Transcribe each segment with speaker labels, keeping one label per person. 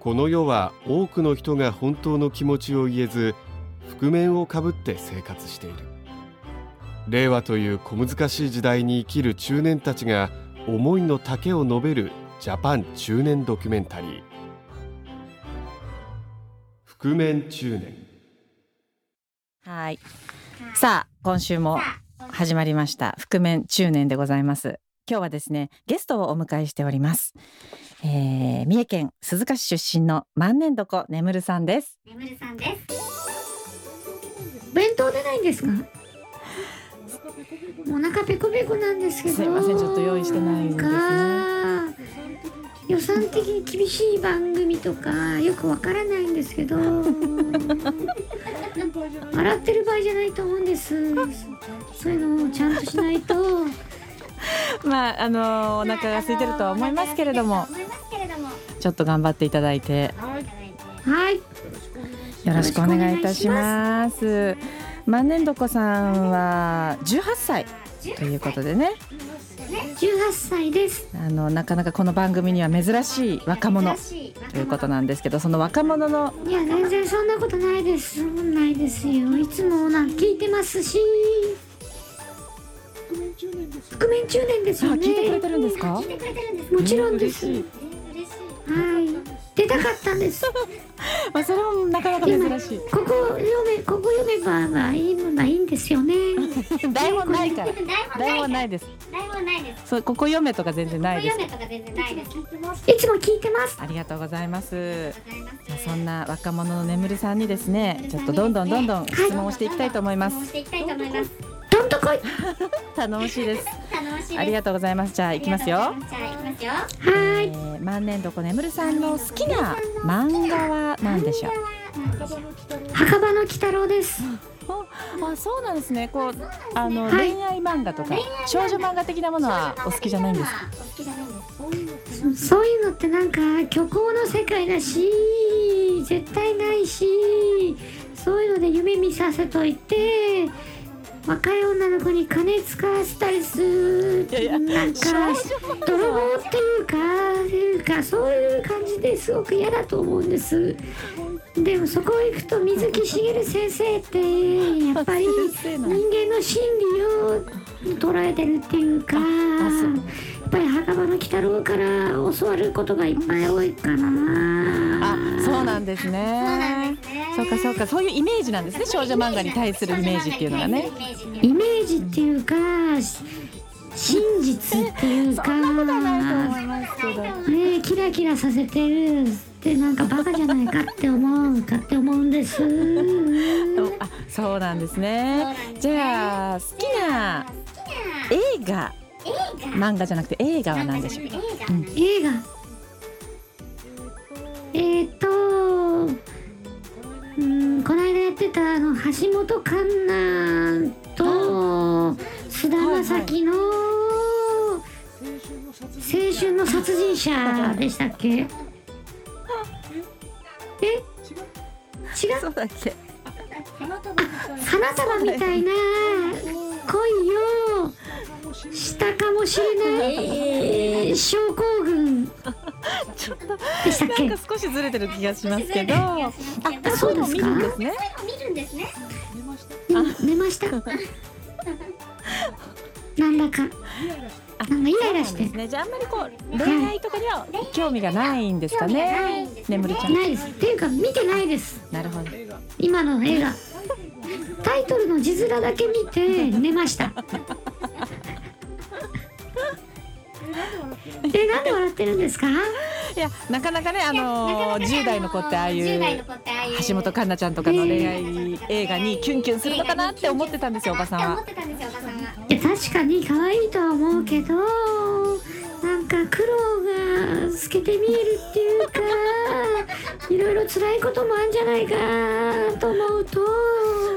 Speaker 1: この世は多くの人が本当の気持ちを言えず覆面をかぶって生活している令和という小難しい時代に生きる中年たちが思いの丈を述べるジャパン中年ドキュメンタリー覆面中年
Speaker 2: はい。さあ、今週も始まりました。覆面中年でございます。今日はですね、ゲストをお迎えしております。えー、三重県鈴鹿市出身の万年床ねむるさんです。
Speaker 3: ねむるさんです。弁当出ないんですか。お腹ペコペコなんですけど。
Speaker 2: すいませんちょっと用意してないんですね
Speaker 3: なんか予算的に厳しい番組とかよくわからないんですけ ど。笑ってる場合じゃないと思うんです。そういうのをちゃんとしないと。
Speaker 2: まあ、あのお腹が空いてるとは思いますけれども、
Speaker 3: 思いますけれども
Speaker 2: ちょっと頑張っていただいて、
Speaker 3: はい。
Speaker 2: よろしくお願いいたします。万年床さんは18歳ということでね、
Speaker 3: 十八歳です。
Speaker 2: あのなかなかこの番組には珍しい若者ということなんですけど、その若者の
Speaker 3: いや全然そんなことないですそんなんないですよいつもな聞いてますし覆面中年ですよね
Speaker 2: あ聞いてくれてるんですか聞い
Speaker 3: てくれてるんですもちろんですはい出たかったんです
Speaker 2: まあ、それもなかなか
Speaker 3: 今
Speaker 2: 珍しい
Speaker 3: ここ読めここ読めばまあいいまあいいんですよね
Speaker 2: 台本ない から台
Speaker 3: 台
Speaker 2: 本
Speaker 3: 本
Speaker 2: な
Speaker 3: ない
Speaker 2: です
Speaker 3: ないです
Speaker 2: そうここ読めとか全然ないです
Speaker 3: とか全然ないですいつも聞いてます
Speaker 2: ありがとうございますじゃあそんな若者の眠るさんにですねちょっとどんどんどんどん質問をしていきたいと思います
Speaker 3: ていきたいと思いますどんとこい
Speaker 2: 楽しいです
Speaker 4: 楽しいです。
Speaker 2: ありがとうございますじゃあ行きますよ
Speaker 4: ありがとうございますじゃあ、行きますよ。
Speaker 3: は
Speaker 2: え
Speaker 3: い
Speaker 2: ー万年床眠るさんの好きな漫画は何でしょう
Speaker 3: 墓場の鬼太郎です
Speaker 2: あそうなんですねこうあの
Speaker 3: はい
Speaker 2: 恋愛漫画とか少女漫画的なものはお好きじゃないんですか
Speaker 4: お好きじゃないんです。
Speaker 3: そういうのってなんか虚構の世界だし絶対ないしそういうので夢見させといて若い女の子に金使わせたりする
Speaker 2: いやいや
Speaker 3: なんか泥棒っていうかいうかそういう感じですごく嫌だと思うんですでもそこ行くと水木しげる先生ってやっぱり
Speaker 2: 先生
Speaker 3: 人
Speaker 2: の
Speaker 3: 間の心理を捉えてるっていうかや
Speaker 2: そう
Speaker 3: っぱり墓場の鬼太郎から教わることがいっぱい多いかな
Speaker 2: あそうなんですねそうかそうかそういうイメージなんですね少女漫画に対するイメージっていうのがね
Speaker 3: イメージっていうかし真実っていうかねえキラキラさせてるってなんかバカじゃないかって思うかって思うんです
Speaker 2: とあそうなんですねじゃあ好きな映画漫画じゃなくて映画は何でしょう
Speaker 3: 映画えー、っとうんこの間やってたあの橋本環奈と菅田将暉の青春の殺人者でしたっけえ違う
Speaker 2: そうだっけ
Speaker 3: 花束みたいな恋をしたかもしれない症候群でしたっ
Speaker 2: な
Speaker 3: け
Speaker 2: んか少しずれてる気がしますけど
Speaker 4: あ
Speaker 2: あ、
Speaker 3: そうです
Speaker 2: 見
Speaker 3: か
Speaker 2: るんですね
Speaker 4: 見るんですね。
Speaker 3: 寝ました。なんだか。なんかイライラし
Speaker 2: そうなんで
Speaker 3: て
Speaker 2: す。ねじゃああんまりこう恋愛とかには興味がないんですか
Speaker 4: 興味がない
Speaker 2: ね
Speaker 4: んですね
Speaker 2: 眠るちゃん
Speaker 3: ないです。っていうか、見てないです。
Speaker 2: なるほど
Speaker 3: 今の映画。タイトルの字面だけ見て、寝ました。 え、なんで笑ってるんですか。
Speaker 2: いやなかなかねあの10代の子ってああいう
Speaker 4: 10代の子ってああいう
Speaker 2: 橋本環奈ちゃんとかの恋愛映画にキュンキュンするのかなって思ってたんですよおばさん
Speaker 4: 思
Speaker 2: は
Speaker 4: ってたんですよ、おばさんは。
Speaker 3: いや、確かに可愛いとは思うけど。なんか苦労が透けて見えるっていうか。いろいろ辛いこともあるんじゃないかと思うと。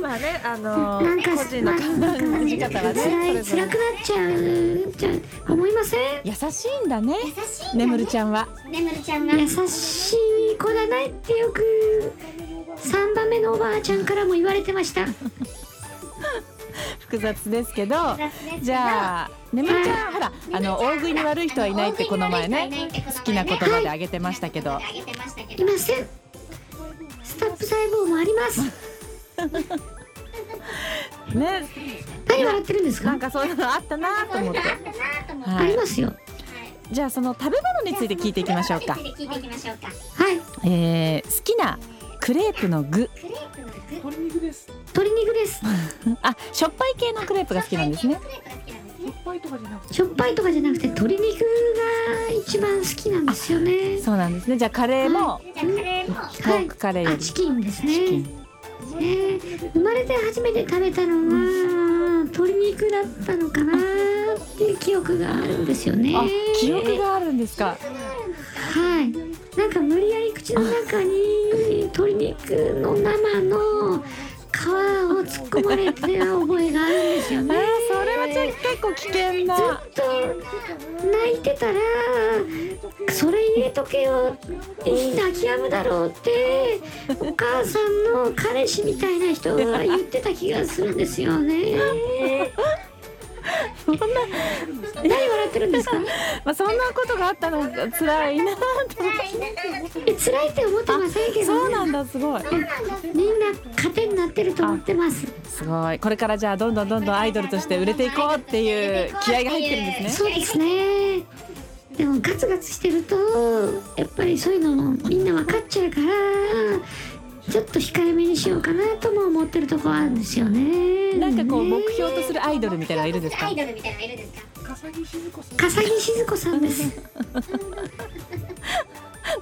Speaker 2: まあねあの
Speaker 3: なんか、まあ、なんか、
Speaker 2: 感じ方はねそ
Speaker 3: 辛
Speaker 2: れ
Speaker 3: い、
Speaker 2: ぞれ
Speaker 3: 辛くなっちゃう、じゃあ、思いません。
Speaker 2: 優しいんだね
Speaker 4: 優しいんだね。
Speaker 2: ねむるちゃんは
Speaker 4: ねむるちゃんが。
Speaker 3: 優しい子だないってよく。三番目のおばあちゃんからも言われてました。
Speaker 2: 複雑ですけどじゃあねむるちゃんほらあの大食いに悪い人はいないってこの前ね好きな言葉であげてましたけど
Speaker 4: あげてましたけど。
Speaker 3: いませんスタップ細胞もあります
Speaker 2: ね、
Speaker 3: 何笑ってるんです
Speaker 2: な
Speaker 3: か
Speaker 2: んかそういうのあったなと思って。
Speaker 4: あったなと思って
Speaker 2: は
Speaker 3: あり
Speaker 2: い、
Speaker 3: ますよ
Speaker 2: じゃあその食べ物について聞いていきましょうか
Speaker 4: 聞。いていきましょうか
Speaker 3: はい
Speaker 2: えー、好きなクレープの具。
Speaker 4: クレープの具
Speaker 5: 鶏肉です。し
Speaker 3: 鶏肉です
Speaker 2: あ、しょっぱい系のクレープが好きなんですね。
Speaker 4: クレープが好きなんですね
Speaker 5: ょっぱいとかじゃなくて。
Speaker 3: しょっぱいとかじゃなくて鶏肉が一番好きなんですよね
Speaker 2: そうなんですね。じゃあカレーも、
Speaker 4: じゃあカレーも
Speaker 2: ポークカレーよ
Speaker 3: あ
Speaker 2: り
Speaker 3: チキンです
Speaker 2: チキ
Speaker 3: ね
Speaker 2: ン。
Speaker 3: ね生まれて初めて食べたのは鶏肉だったのかなっていう記憶があるんですよね
Speaker 2: あ、記憶があるんですか。
Speaker 3: はいなんか無理やり口の中に鶏肉の生の皮を突っ込まれてた覚えがあるんです よ
Speaker 2: あー
Speaker 3: ね
Speaker 2: それはちょっと結構危険
Speaker 3: ず
Speaker 2: な。
Speaker 3: っと泣いてたらそれ入れとけよ泣き止むだろうってお母さんの彼氏みたいな人が言ってた気がするんですよ ね
Speaker 2: そんな、
Speaker 3: 何笑ってるんですか
Speaker 2: まあ、そんなことがあったのが辛いなと思っ
Speaker 3: え辛いって思ってませんけ
Speaker 2: て。そ
Speaker 3: ど
Speaker 2: う
Speaker 3: ね
Speaker 2: なんだ、すごい。
Speaker 3: みんな糧になってると思ってます
Speaker 2: すごい。これからじゃあ、どんどんどんどんアイドルとして売れていこうっていう気合が入ってるんですね。
Speaker 3: そうですねでもガツガツしてるとやっぱりそういうのもみんな分かっちゃうからちょっと控えめにしようかなとも思ってるとこはあるんですよね
Speaker 2: なんかこう
Speaker 3: ね
Speaker 2: 目標とするアイドルみたいなのいるんです
Speaker 4: ア
Speaker 2: か
Speaker 4: イ。ドルみたいなのいるんですか
Speaker 5: 笠木静子さん。
Speaker 3: 笠木静子さんです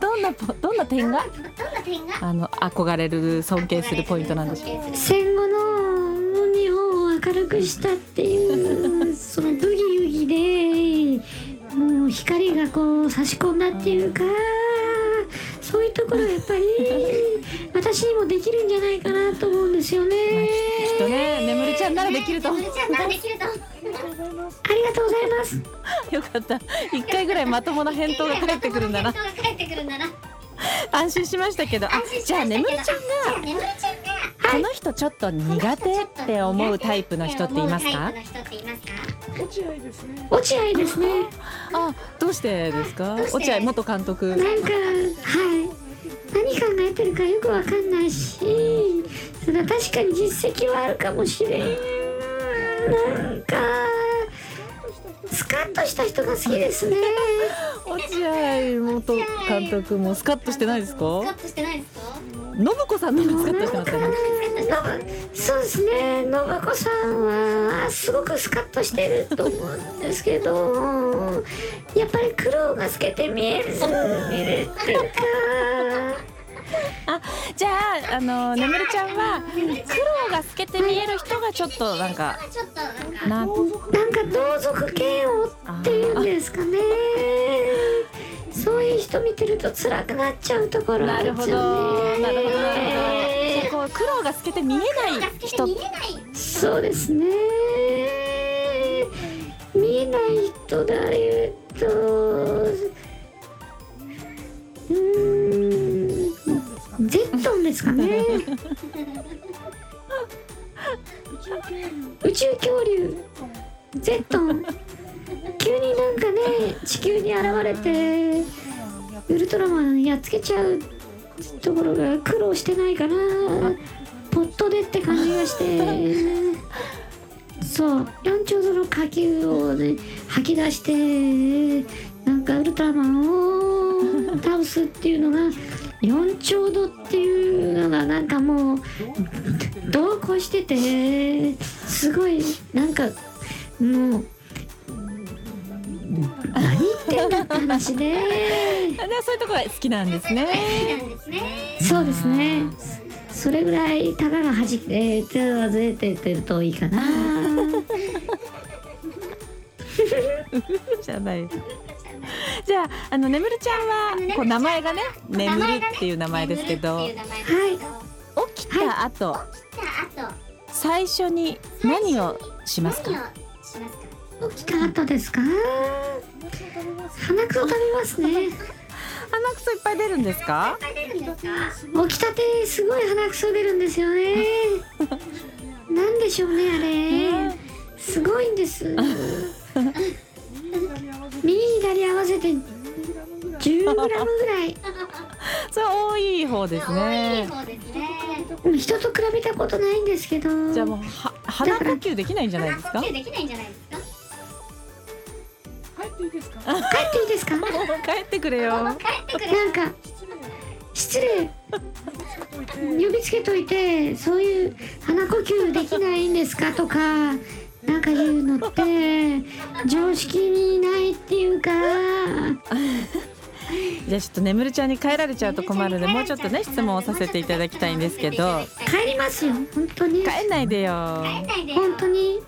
Speaker 2: どんなポどんな点が
Speaker 4: どんな点が
Speaker 2: あの憧れる尊敬するポイントなんでしょう。
Speaker 3: 戦後の日本を明るくしたっていうそのブギウギでもう光がこう差し込んだっていうかそういうところがやっぱり私にもできるんじゃないかなと思うんですよね。
Speaker 2: きっとね、眠るちゃんならできると思う。
Speaker 4: じゃあならできると思う
Speaker 3: ありがとうございます。
Speaker 2: よかった。一回ぐらいまともな返答が返ってくるんだな。
Speaker 4: 返答が返ってくるんだな
Speaker 2: 安心しましたけど。あ、じゃあ眠るちゃんが
Speaker 4: が眠るちゃんが
Speaker 2: この人ちょっと苦手って思うタイプの人っていますか。
Speaker 4: 思うタイプの人っていますか
Speaker 5: 落合ですね。
Speaker 3: 落合ですね。
Speaker 2: あ、どうしてですか。落合元監督。
Speaker 3: なんかはい何考えてるかよくわかんないしそれは確かに実績はあるかもしれんなんかスカッとした人が好きですね
Speaker 2: 落合元監督もスカッとしてないですか。
Speaker 4: カットしてないですか
Speaker 2: 信子さんの方がスカッとしてますよね。
Speaker 3: そうですね信子さんはすごくスカッとしてると思うんですけどやっぱり苦労が透けて見える見えるっていうか
Speaker 2: じゃあ、あの、ねむるちゃんは、苦労が透けて見える人がちょっと、なんか、
Speaker 4: ちょっとな
Speaker 2: な、
Speaker 3: な
Speaker 4: んか
Speaker 3: んか同族嫌悪っていうんですかねそういう人見てると辛くなっちゃうところあ
Speaker 2: な
Speaker 3: る
Speaker 2: る
Speaker 3: ん
Speaker 2: ほ
Speaker 3: です
Speaker 2: ど、
Speaker 3: よ
Speaker 2: なるほど、なる
Speaker 3: ね
Speaker 2: ほど。こう、苦労が透けて見えない 人、
Speaker 4: 見えない
Speaker 3: そうですね見えない人だ言うとうーんゼットンですかね宇宙恐竜ゼットン急になんかね地球に現れてウルトラマンやっつけちゃうところが苦労してないかなポットでって感じがしてそう四丁座の火球をね吐き出してなんかウルトラマンを倒すっていうのが四丁度っていうのがなんかもう同行しててすごいなんかもう。何言ってんだって話で
Speaker 2: あでそういうところが好きなんですね。
Speaker 4: なんですね
Speaker 3: そうですねそれぐらいたかがはじけ手がずれてってるといい かな
Speaker 2: じゃない。じゃあ、あの、ねむるちゃんは、こう、名前がね、ねむるっていう名前ですけど
Speaker 4: 眠るっ。ていう名前ですけど
Speaker 2: 起きた後、
Speaker 4: じゃああ
Speaker 2: 最初に、何をし
Speaker 4: と
Speaker 2: ま
Speaker 4: 何を
Speaker 2: す
Speaker 4: し
Speaker 2: か。
Speaker 4: ますか
Speaker 3: 起きた後ですか鼻くそ食べますね
Speaker 2: 鼻くそいっぱい出るんですか。
Speaker 3: 起きたてすごい鼻くそ出るんですよねなんでしょうねあれすごいんです右左合わせて1 0ムぐらい
Speaker 2: それ多い方です
Speaker 4: 多い
Speaker 2: ね。
Speaker 4: 方ですね。
Speaker 3: うん人と比べたことないんですけど
Speaker 2: じゃあもうは鼻呼吸できないんじゃないですか
Speaker 4: 鼻。呼吸できないんじゃないですか。
Speaker 5: 帰っていいですか
Speaker 3: 帰っていいですかな
Speaker 2: も
Speaker 3: ん
Speaker 2: う帰ってくれよ。
Speaker 4: 帰ってくれ。
Speaker 3: か
Speaker 5: 失
Speaker 3: 失
Speaker 5: 礼
Speaker 3: 礼
Speaker 5: 置いて
Speaker 3: 呼びつけといてそういう鼻呼吸できないんですかとかなんか言うのって常識にないっていうか
Speaker 2: じゃあちょっと眠るちゃんに帰られちゃうと困るので、もうちょっとね質問をさせていただきたいんですけど、
Speaker 3: 帰りますよ本当に
Speaker 2: 帰んないでよ。
Speaker 4: 帰んないでよ。
Speaker 3: 本当に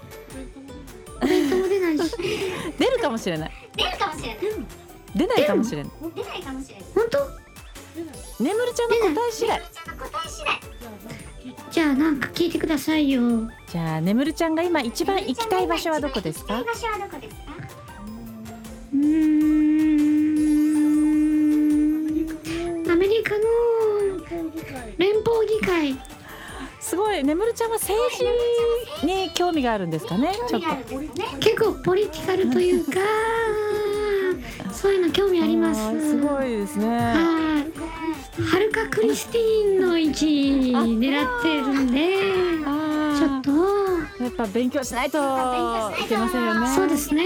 Speaker 3: お弁当も出ないし
Speaker 2: 出るかもしれない。
Speaker 4: 出るかもしれない。
Speaker 2: 出ないかもしれない。
Speaker 4: 出ないかもしれない。
Speaker 3: 本当
Speaker 5: 出ない
Speaker 2: 眠るちゃんの答え次第。
Speaker 4: ちゃんの答え次第。
Speaker 5: じゃあなんか聞
Speaker 3: じゃあなんか聞い
Speaker 5: いて
Speaker 3: てくださいよ
Speaker 2: じゃあ眠るちゃんが今一番行きたい場所はどこですか
Speaker 4: 行き。たい場所はどこですか。
Speaker 3: うーんアメリカの
Speaker 5: 交流会
Speaker 3: 連邦議会
Speaker 2: すごい眠るちゃんは政治に興味があるんですかね。ちょっ
Speaker 4: 興味
Speaker 2: と
Speaker 4: あるんですね。
Speaker 3: 結構ポリティカルというかそういうの興味あります
Speaker 2: あーすごいですね。
Speaker 3: はいはるかクリスティーンの位置狙ってるんでちょ
Speaker 2: あ
Speaker 3: っと
Speaker 2: あ、やっぱ勉強しないといけませんよね。
Speaker 3: そうですね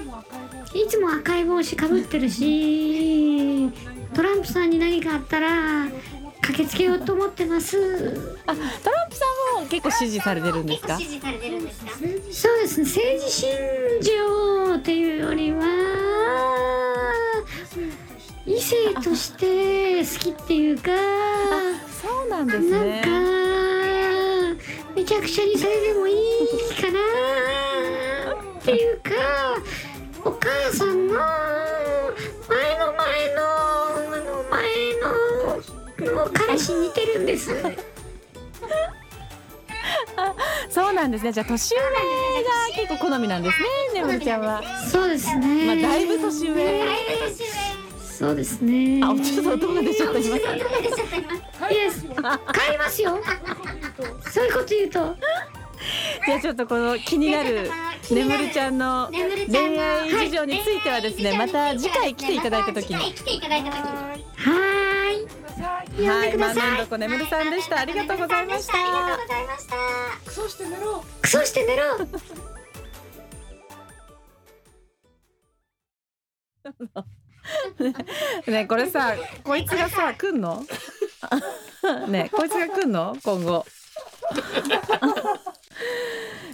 Speaker 5: も赤い帽子
Speaker 3: いつも赤い帽子かぶってるしトランプさんに何かあったら駆けつけようと思ってます
Speaker 2: あ、トランプさんも結構支持されてるんですか。
Speaker 4: 支持されてるんですか。
Speaker 3: そうですね政治信条っていうよりは異性として好きっていうか
Speaker 2: そうなんです
Speaker 3: なん
Speaker 2: ね
Speaker 3: か。めちゃくちゃにされてもいいかなっていうかお母さんの前の前の前のもう彼氏似てるんです
Speaker 2: そうなんですね。じゃあ年上が結構好みなんですね。眠るちゃんは。
Speaker 3: そうですね
Speaker 2: まあだいぶ年上。
Speaker 4: 年
Speaker 3: そうですね
Speaker 2: あ、ちょっと音が出ちゃった今。
Speaker 4: 上。どこでしょうか。
Speaker 3: いや帰りますよそういうこと言うと
Speaker 2: じゃあちょっとこの気になる眠るちゃんの
Speaker 4: 眠るちゃん
Speaker 2: 恋
Speaker 4: の
Speaker 2: 愛事情についてはですね、また次回来ていただいた時に。
Speaker 4: また次回来ていただいた時に。
Speaker 3: はーい
Speaker 5: ください
Speaker 2: はい、まあ、なんどこ眠るさんでした。ありがとうございました。
Speaker 4: ありがとうございました。
Speaker 5: クソして寝ろ
Speaker 3: クソして寝ろ
Speaker 2: ね、これさ、 こいつがさ、来んの。 ね、こいつが来んの、今後。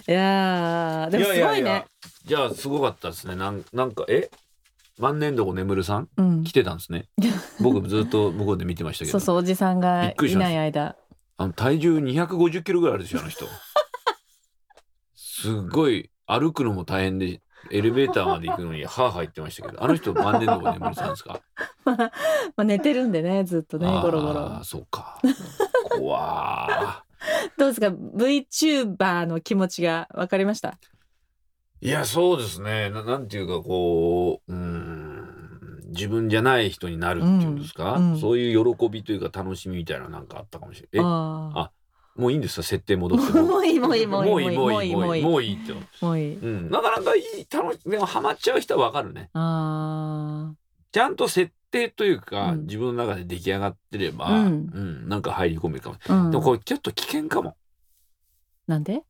Speaker 2: いやー、でもすごいね。
Speaker 6: やややじゃあすごかったですね。なんなんかえ万年床眠るさん
Speaker 2: うん
Speaker 6: 来。てたんですね。僕ずっと向こうで見てましたけ
Speaker 2: そ
Speaker 6: ど
Speaker 2: う。そう、おじさん
Speaker 6: び
Speaker 2: が
Speaker 6: っくり
Speaker 2: い
Speaker 6: しま
Speaker 2: な
Speaker 6: した
Speaker 2: い間。
Speaker 6: あの体重250キロぐらいあるでしょあの人。すっごい歩くのも大変でエレベーターまで行くのに歯入ってましたけどあの人万年床眠るさんですか。
Speaker 2: まあ、寝てるんでね、ずっとね、ゴロゴ
Speaker 6: あ
Speaker 2: ロ
Speaker 6: あ。そうか。怖
Speaker 2: どうですか、V. チューバーの気持ちがわかりました。
Speaker 6: ーいやそうですねななんていうかこううーん自分じゃない人になるっていうんですか、
Speaker 2: うんうん
Speaker 6: そういう喜びというか楽しみみたいななんかあったかもしれない。
Speaker 2: あ
Speaker 6: えもういいんですか設定戻って
Speaker 2: あ。 もういい、もういい、もういい、もう
Speaker 6: もう
Speaker 2: い
Speaker 6: い
Speaker 2: い、
Speaker 6: い
Speaker 2: も
Speaker 6: も
Speaker 2: うい
Speaker 6: うい
Speaker 2: いも
Speaker 6: い。も
Speaker 2: ういい。
Speaker 6: ういいって。
Speaker 2: もういい。
Speaker 6: うん、なかなかいい楽しでもハマっちゃう人はわかるね。
Speaker 2: あ
Speaker 6: ちゃんと設定というか、
Speaker 2: うん
Speaker 6: 自分の中で出来上がってれば、
Speaker 2: う
Speaker 6: うんんなんか入り込めるかも、
Speaker 2: あ。うん
Speaker 6: でもこれちょっと危険かも
Speaker 2: なんで。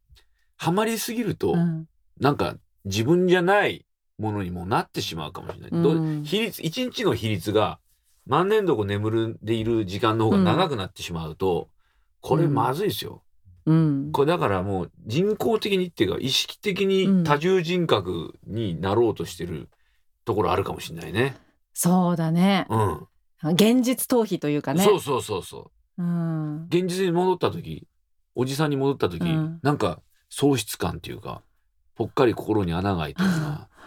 Speaker 6: ハマりすぎると、
Speaker 2: うん。
Speaker 6: なんか自分じゃないものにもなってしまうかもしれない、
Speaker 2: うん
Speaker 6: どう比率一日の比率が万年床眠るんでいる時間の方が長くなってしまうと、これまずいですよ、
Speaker 2: うん。
Speaker 6: これだからもう人工的にっていうか意識的に多重人格になろうとしてるところあるかもしれないね。
Speaker 2: そうだね。
Speaker 6: うん、
Speaker 2: 現実逃避というかね。
Speaker 6: そうそうそうそう。
Speaker 2: うん。
Speaker 6: 現実に戻った時おじさんに戻った時、
Speaker 2: うん
Speaker 6: なんか喪失感っていうかぽっかり心に穴が開いたような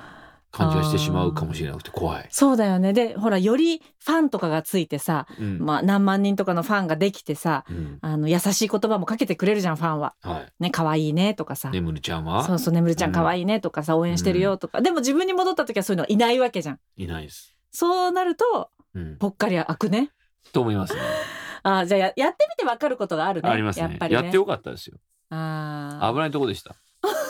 Speaker 6: 感じがしてしまうかもしれなくて怖い。
Speaker 2: そうだよね。で、ほら、よりファンとかがついてさ、
Speaker 6: うん
Speaker 2: まあ、何万人とかのファンができてさ。
Speaker 6: うん
Speaker 2: あの優しい言葉もかけてくれるじゃんファンは。
Speaker 6: は
Speaker 2: ね可愛いねとかさ、
Speaker 6: い、眠るちゃん
Speaker 2: そう
Speaker 6: は
Speaker 2: そう眠るちゃん可愛いねとかさ、応援してるよとか、でも自分に戻った時はそういうのいないわけじゃん。
Speaker 6: いないです。
Speaker 2: そうなると
Speaker 6: うん、
Speaker 2: ぽっかり開くね。
Speaker 6: と思いますね。
Speaker 2: あーじゃあややってみてわかることがあるね。
Speaker 6: ありますね
Speaker 2: やっぱり
Speaker 6: や
Speaker 2: ね。
Speaker 6: ってよかったですよ。
Speaker 2: あ
Speaker 6: 危ないとこでした。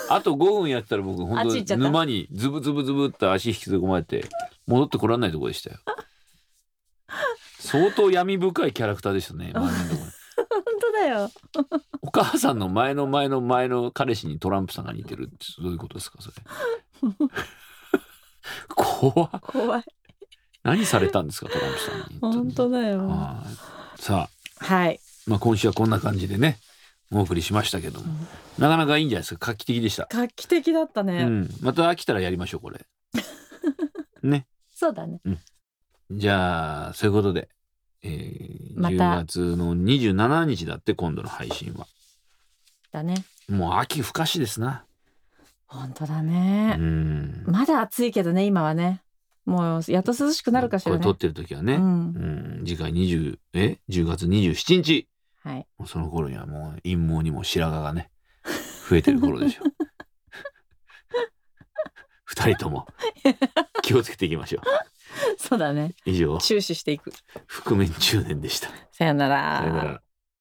Speaker 6: あと5分やってたら僕
Speaker 2: あっ
Speaker 6: 本
Speaker 2: ち行っちゃ
Speaker 6: 当
Speaker 2: った
Speaker 6: 沼にズブズブズブって足引きずり込まれて戻ってこらんないとこでしたよ。相当闇深いキャラクター でしたね万年どこね
Speaker 2: 本当だよ。
Speaker 6: お母さんの前の前の前の彼氏にトランプさんが似てるってどういうことですかそれ 怖っ
Speaker 2: 怖い。
Speaker 6: 何されたんですかトランプさんに
Speaker 2: 本当だよ。
Speaker 6: はいさあ、
Speaker 2: はい。
Speaker 6: まあ、今週はこんな感じでねお送りしましたけども、
Speaker 2: うん
Speaker 6: なかなかいいんじゃないですか画期的でした、
Speaker 2: 画期的だった
Speaker 6: う
Speaker 2: ね。
Speaker 6: ん、また飽きたらやりましょうこれね
Speaker 2: そうだね。
Speaker 6: じゃあそういうことで、えー
Speaker 2: また
Speaker 6: 10月の27日だって今度の配信は
Speaker 2: だね。
Speaker 6: もう秋深しですな
Speaker 2: 本当だ
Speaker 6: う
Speaker 2: ね。
Speaker 6: ん
Speaker 2: まだ暑いけどね、今はね。もうやっと涼しくなるかしら
Speaker 6: これ撮
Speaker 2: ね
Speaker 6: っ。てる時はね、
Speaker 2: う
Speaker 6: うん
Speaker 2: ん。
Speaker 6: 次回20え10月27日
Speaker 2: はい。
Speaker 6: もうその頃にはもう陰謀にも白髪がね増えてる頃でしょ 二人と も気をつけていきましょ
Speaker 2: そうだね。
Speaker 6: う以上
Speaker 2: 注視していく。
Speaker 6: 覆面中年でした
Speaker 2: さよな
Speaker 6: さよなら